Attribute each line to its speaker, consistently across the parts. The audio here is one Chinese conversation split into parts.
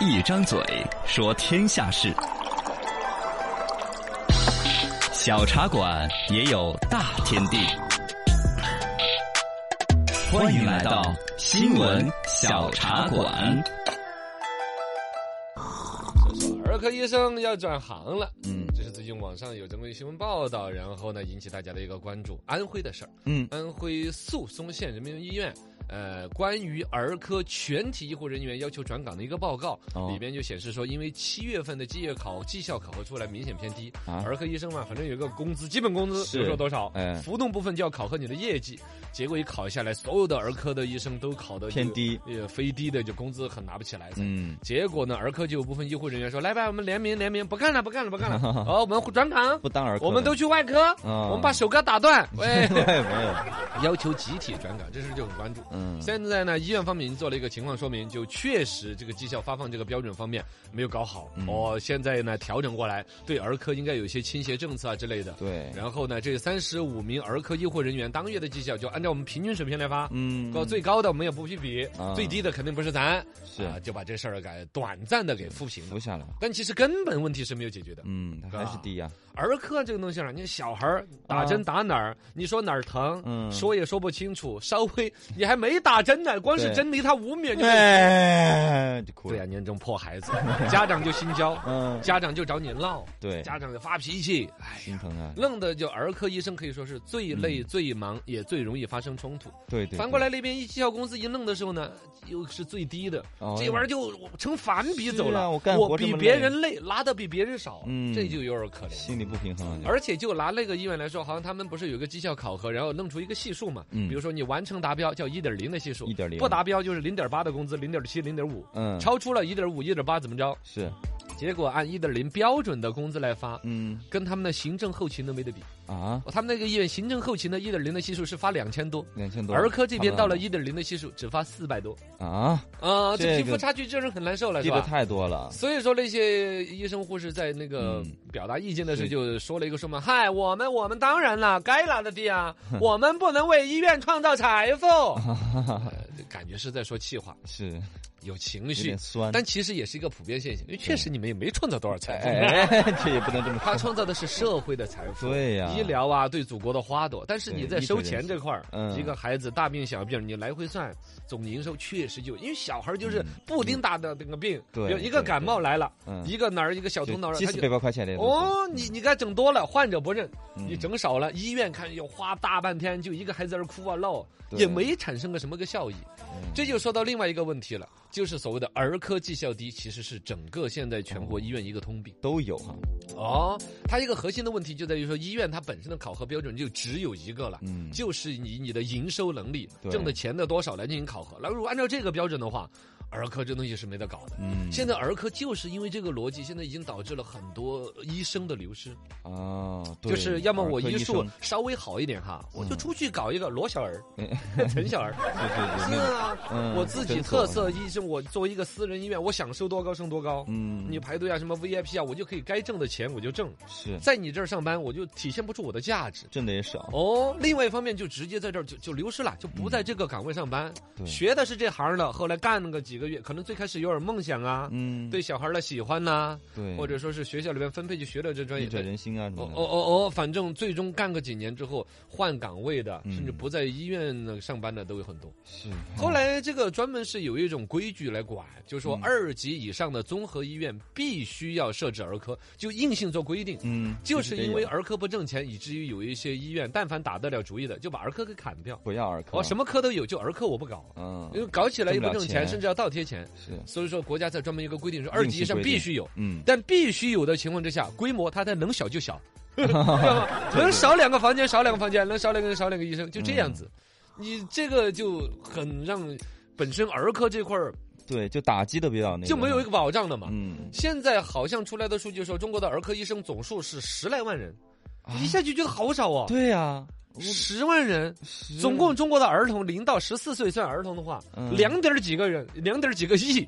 Speaker 1: 一张嘴说天下事，小茶馆也有大天地。欢迎来到新闻小茶馆。
Speaker 2: 儿科医生要转行了，
Speaker 3: 嗯
Speaker 2: 这是最近网上有这么一新闻报道，然后呢引起大家的一个关注。安徽的事儿，
Speaker 3: 嗯
Speaker 2: 安徽宿松县人民医院，呃，关于儿科全体医护人员要求转岗的一个报告，
Speaker 3: 哦
Speaker 2: 里边就显示说，因为七月份的绩业考、绩效考核出来明显偏低，
Speaker 3: 啊
Speaker 2: 儿科医生嘛，反正有一个工资，基本工资，比
Speaker 3: 是
Speaker 2: 如说多少，
Speaker 3: 嗯
Speaker 2: 浮动部分就要考核你的业绩，结果一考下来，所有的儿科的医生都考的
Speaker 3: 偏低，
Speaker 2: 呃，非低的就工资很拿不起来，
Speaker 3: 嗯，
Speaker 2: 结果呢，儿科就有部分医护人员说：“来吧，我们联名联名，不干了，不干了，不 干了，哦，我们转岗，
Speaker 3: 不当儿科的，
Speaker 2: 我们都去外科，
Speaker 3: 哦，
Speaker 2: 我们把手胳打断。”喂
Speaker 3: 对 没有，
Speaker 2: 要求集体转岗，这事就很关注。
Speaker 3: 嗯
Speaker 2: 现在呢，医院方面已经做了一个情况说明，就确实这个绩效发放这个标准方面没有搞好。
Speaker 3: 嗯
Speaker 2: 哦，现在呢调整过来，对儿科应该有一些倾斜政策啊之类的。
Speaker 3: 对，
Speaker 2: 然后呢，这三十五名儿科医护人员当月的绩效就按照我们平均水平来发。
Speaker 3: 嗯
Speaker 2: 高最高的我们也不去比，
Speaker 3: 啊
Speaker 2: 最低的肯定不是咱，
Speaker 3: 是
Speaker 2: 啊，就把这事儿给短暂的给扶平了
Speaker 3: 服。下来，
Speaker 2: 但其实根本问题是没有解决的。
Speaker 3: 嗯，他还是低呀，
Speaker 2: 儿科这个东西啊，你看小孩儿打针打哪儿，你说哪儿疼，
Speaker 3: 啊嗯
Speaker 2: 说也说不清楚，稍微你还没打针呢，光是
Speaker 3: 对
Speaker 2: 针离他五 米就
Speaker 3: 哎对，哎就哭
Speaker 2: 对
Speaker 3: 了，
Speaker 2: 呀、啊，你看这种破孩 子，家长就心焦，
Speaker 3: 嗯，
Speaker 2: 家长就找你闹，
Speaker 3: 对，
Speaker 2: 家长就发脾气，哎
Speaker 3: 心
Speaker 2: 呀。
Speaker 3: 疼啊，
Speaker 2: 弄得就儿科医生可以说是最累、最忙，也最容易发生冲突。
Speaker 3: 嗯对对，
Speaker 2: 反过来那边一绩效工资一弄的时候呢，又是最低的，
Speaker 3: 哦
Speaker 2: 这玩意儿就成反比走
Speaker 3: 是
Speaker 2: 了。
Speaker 3: 啊我干活这
Speaker 2: 比
Speaker 3: 么
Speaker 2: 别
Speaker 3: 累
Speaker 2: 人累，拿的比别人少，
Speaker 3: 嗯
Speaker 2: 这就有点可怜。
Speaker 3: 心里不平衡啊，就
Speaker 2: 而且就拿那个医院来说，好像他们不是有一个绩效考核，然后弄出一个系数嘛？
Speaker 3: 嗯
Speaker 2: 比如说你完成达标叫一点零的系数，
Speaker 3: 1.0
Speaker 2: 不达标就是零点八的工资，零点七、零点五，
Speaker 3: 嗯，
Speaker 2: 超出了一点五、一点八怎么着？
Speaker 3: 是，
Speaker 2: 结果按一点零标准的工资来发。
Speaker 3: 嗯
Speaker 2: 跟他们的行政后勤都没得比，
Speaker 3: 啊，
Speaker 2: 哦他们那个医院行政后勤的一点零的系数是发两千多，
Speaker 3: 两千多，
Speaker 2: 儿科这边到了
Speaker 3: 差
Speaker 2: 一点零的系数只发四百多，
Speaker 3: 不多啊，
Speaker 2: 啊、这
Speaker 3: 这
Speaker 2: 贫富
Speaker 3: 个
Speaker 2: 差距真是很难受了，
Speaker 3: 低
Speaker 2: 是
Speaker 3: 的
Speaker 2: 吧？
Speaker 3: 太多了，
Speaker 2: 所以说那些医生护士在那个
Speaker 3: 嗯
Speaker 2: 表达意见的时候，
Speaker 3: 是
Speaker 2: 就说了一个说嘛，嗨，我们我们当然了，该拿的地啊， 我们不能为医院创造财富，呃感觉是在说气话，
Speaker 3: 是
Speaker 2: 有情
Speaker 3: 有
Speaker 2: 绪
Speaker 3: 点，酸，
Speaker 2: 但其实也是一个普遍现象，因为确实你们也没创造多少财富。
Speaker 3: 哎，哎 这也不能这么
Speaker 2: 他
Speaker 3: 说，
Speaker 2: 创造的是社会的财富，
Speaker 3: 对呀
Speaker 2: 医疗啊，对祖国的花朵。但是你在
Speaker 3: 对
Speaker 2: 收钱这块儿，
Speaker 3: 嗯
Speaker 2: 一个孩子大病小病，你来回算，总营收确实就，因为小孩就是不丁打的那个病，
Speaker 3: 嗯对
Speaker 2: 比如一个
Speaker 3: 对
Speaker 2: 感冒来了，
Speaker 3: 嗯
Speaker 2: 一个哪儿一个小头脑儿，
Speaker 3: 七
Speaker 2: 他
Speaker 3: 十
Speaker 2: 就
Speaker 3: 八块钱的，
Speaker 2: 哦，你你该整多了，患者不认，
Speaker 3: 嗯
Speaker 2: 你整少了，医院看要花大半天，就一个孩子在那儿哭啊闹，
Speaker 3: 对
Speaker 2: 也没产生个什么个效益。
Speaker 3: 嗯
Speaker 2: 这就说到另外一个问题了，就是所谓的儿科绩效低，其实是整个现在全
Speaker 3: 哦
Speaker 2: 国医院一个通病。
Speaker 3: 都有啊哈，
Speaker 2: 哦，它一个核心的问题就在于说，医院它本身的考核标准就只有一个了，
Speaker 3: 嗯，
Speaker 2: 就是以你的营收能力、
Speaker 3: 对
Speaker 2: 挣的钱的多少来进行考核。那如果按照这个标准的话，儿科这东西是没得搞的。
Speaker 3: 嗯，
Speaker 2: 现在儿科就是因为这个逻辑，现在已经导致了很多医生的流失，
Speaker 3: 啊，对
Speaker 2: 就是要么我
Speaker 3: 儿科
Speaker 2: 医
Speaker 3: 医
Speaker 2: 术
Speaker 3: 生
Speaker 2: 稍微好一点哈，我就出去搞一个罗小儿、
Speaker 3: 嗯
Speaker 2: 陈小儿，
Speaker 3: 是是
Speaker 2: 是
Speaker 3: 是，
Speaker 2: 啊，
Speaker 3: 嗯
Speaker 2: 我自己
Speaker 3: 诊所
Speaker 2: 特色医生，我作为一个私人医院，我想收多高升多高，
Speaker 3: 嗯，
Speaker 2: 你排队啊什么 VIP 啊，我就可以该挣的钱我就挣，
Speaker 3: 是
Speaker 2: 在你这儿上班，我就体现不出我的价值。
Speaker 3: 挣的也少，
Speaker 2: 哦，另外一方面就直接在这儿就就流失了，就不在这个岗位上班。
Speaker 3: 对
Speaker 2: 学的是这行的，后来干了个几个月，可能最开始有点梦想啊，
Speaker 3: 嗯，
Speaker 2: 对小孩的喜欢呐、
Speaker 3: 对，
Speaker 2: 或者说是学校里面分配去学了这专业
Speaker 3: 逆。转人心啊什
Speaker 2: 哦
Speaker 3: 么的，
Speaker 2: 哦哦哦，反正最终干个几年之后，换岗位的，
Speaker 3: 嗯
Speaker 2: 甚至不在医院呢上班的都有很多。
Speaker 3: 是，
Speaker 2: 后来这个专门是有一种规矩来管，就
Speaker 3: 嗯
Speaker 2: 是说二级以上的综合医院必须要设置儿科，就硬性做规定。
Speaker 3: 嗯，
Speaker 2: 就是因为
Speaker 3: 这样
Speaker 2: 儿科不挣钱，以至于有一些医院，但凡打得了主意的，就把儿科给砍掉。
Speaker 3: 不要儿科，
Speaker 2: 哦，什么科都有，就儿科我不搞，
Speaker 3: 嗯
Speaker 2: 因为搞起来又不挣
Speaker 3: 挣不了
Speaker 2: 钱，
Speaker 3: 钱
Speaker 2: 甚至要倒贴钱。
Speaker 3: 是，
Speaker 2: 所以说，国家才专门一个规定说，二级以上
Speaker 3: 硬性规定
Speaker 2: 必须有，
Speaker 3: 嗯，
Speaker 2: 但必须有的情况之下，规模它才能小就 小，知道吗能少两个房间少两个房间，能少两个人少两个
Speaker 3: 嗯
Speaker 2: 医生，就这样子。你这个就很让本身儿科这块儿
Speaker 3: 对，就打击的比较那个，
Speaker 2: 就没有一个保障了嘛。
Speaker 3: 嗯，
Speaker 2: 现在好像出来的数据说，中国的儿科医生总数是十来万人，一下就觉得好少哦。
Speaker 3: 啊对啊呀，
Speaker 2: 十万人，
Speaker 3: 十
Speaker 2: 总共中国的儿童零到十四岁算儿童的话，
Speaker 3: 嗯
Speaker 2: 两点儿几个人，两点儿几 个亿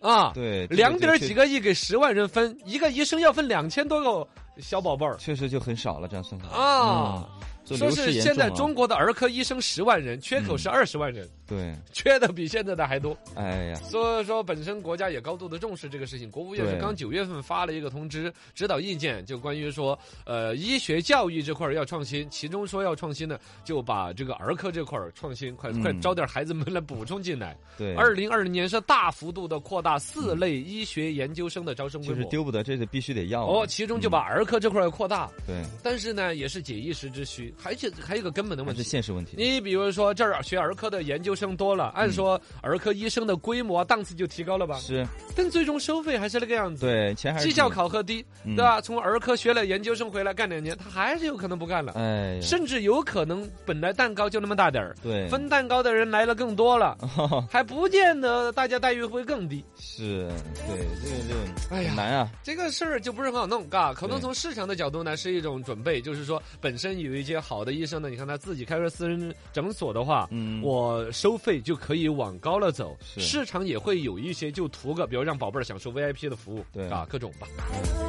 Speaker 2: 啊，
Speaker 3: 对这个
Speaker 2: 两点儿
Speaker 3: 就
Speaker 2: 几个亿给十万人分，一个医生要分两千多个小宝贝儿
Speaker 3: 确实就很少了，这样算下来
Speaker 2: 啊。
Speaker 3: 嗯这
Speaker 2: 说
Speaker 3: 流失
Speaker 2: 是
Speaker 3: 严
Speaker 2: 现在
Speaker 3: 重啊嗯
Speaker 2: 中国的儿科医生十万人，缺口是二十万人，
Speaker 3: 对，
Speaker 2: 缺的比现在的还多。
Speaker 3: 哎呀，
Speaker 2: 所以说，本身国家也高度的重视这个事情。国务院是
Speaker 3: 对
Speaker 2: 刚九月份发了一个通知指导意见，就关于说，呃，医学教育这块儿要创新，其中说要创新呢，就把这个儿科这块儿创新，快、
Speaker 3: 嗯
Speaker 2: 快招点孩子们来补充进来。
Speaker 3: 对，
Speaker 2: 二零二零年是大幅度的扩大四类医学研究生的招生规
Speaker 3: 就是
Speaker 2: 模。
Speaker 3: 丢不得，这得必须得要啊。
Speaker 2: 哦，其中就把儿科这块儿扩大，
Speaker 3: 对，
Speaker 2: 但是呢，也是解一时之需，还且还有一个根本的
Speaker 3: 还
Speaker 2: 问
Speaker 3: 是
Speaker 2: 题，
Speaker 3: 现实问题。
Speaker 2: 你比如说，这儿学儿科的研究生多了，按说儿科医生的规模档次就提高了吧？
Speaker 3: 嗯是
Speaker 2: 但最终收费还是那个样子。
Speaker 3: 对，钱还是
Speaker 2: 绩效
Speaker 3: 挺，
Speaker 2: 考核低，
Speaker 3: 嗯
Speaker 2: 对？吧？从儿科学了研究生回来干两年，他还是有可能不干了，
Speaker 3: 哎呀，
Speaker 2: 甚至有可能本来蛋糕就那么大点儿，
Speaker 3: 对，
Speaker 2: 分蛋糕的人来了更多 了，还不见得大家待遇会更低。
Speaker 3: 是，对，这个就
Speaker 2: 哎
Speaker 3: 很
Speaker 2: 呀，
Speaker 3: 难啊。
Speaker 2: 这个事儿就不是很好弄，嘎。可能
Speaker 3: 对
Speaker 2: 从市场的角度呢，是一种准备，就是说本身有一些好的医生呢，你看他自己开个私人诊所的话，
Speaker 3: 嗯，
Speaker 2: 我收费就可以往高了走，
Speaker 3: 是
Speaker 2: 市场也会有一些就图个，比如让宝贝儿享受 VIP 的服务，
Speaker 3: 对
Speaker 2: 啊，各种吧。
Speaker 4: I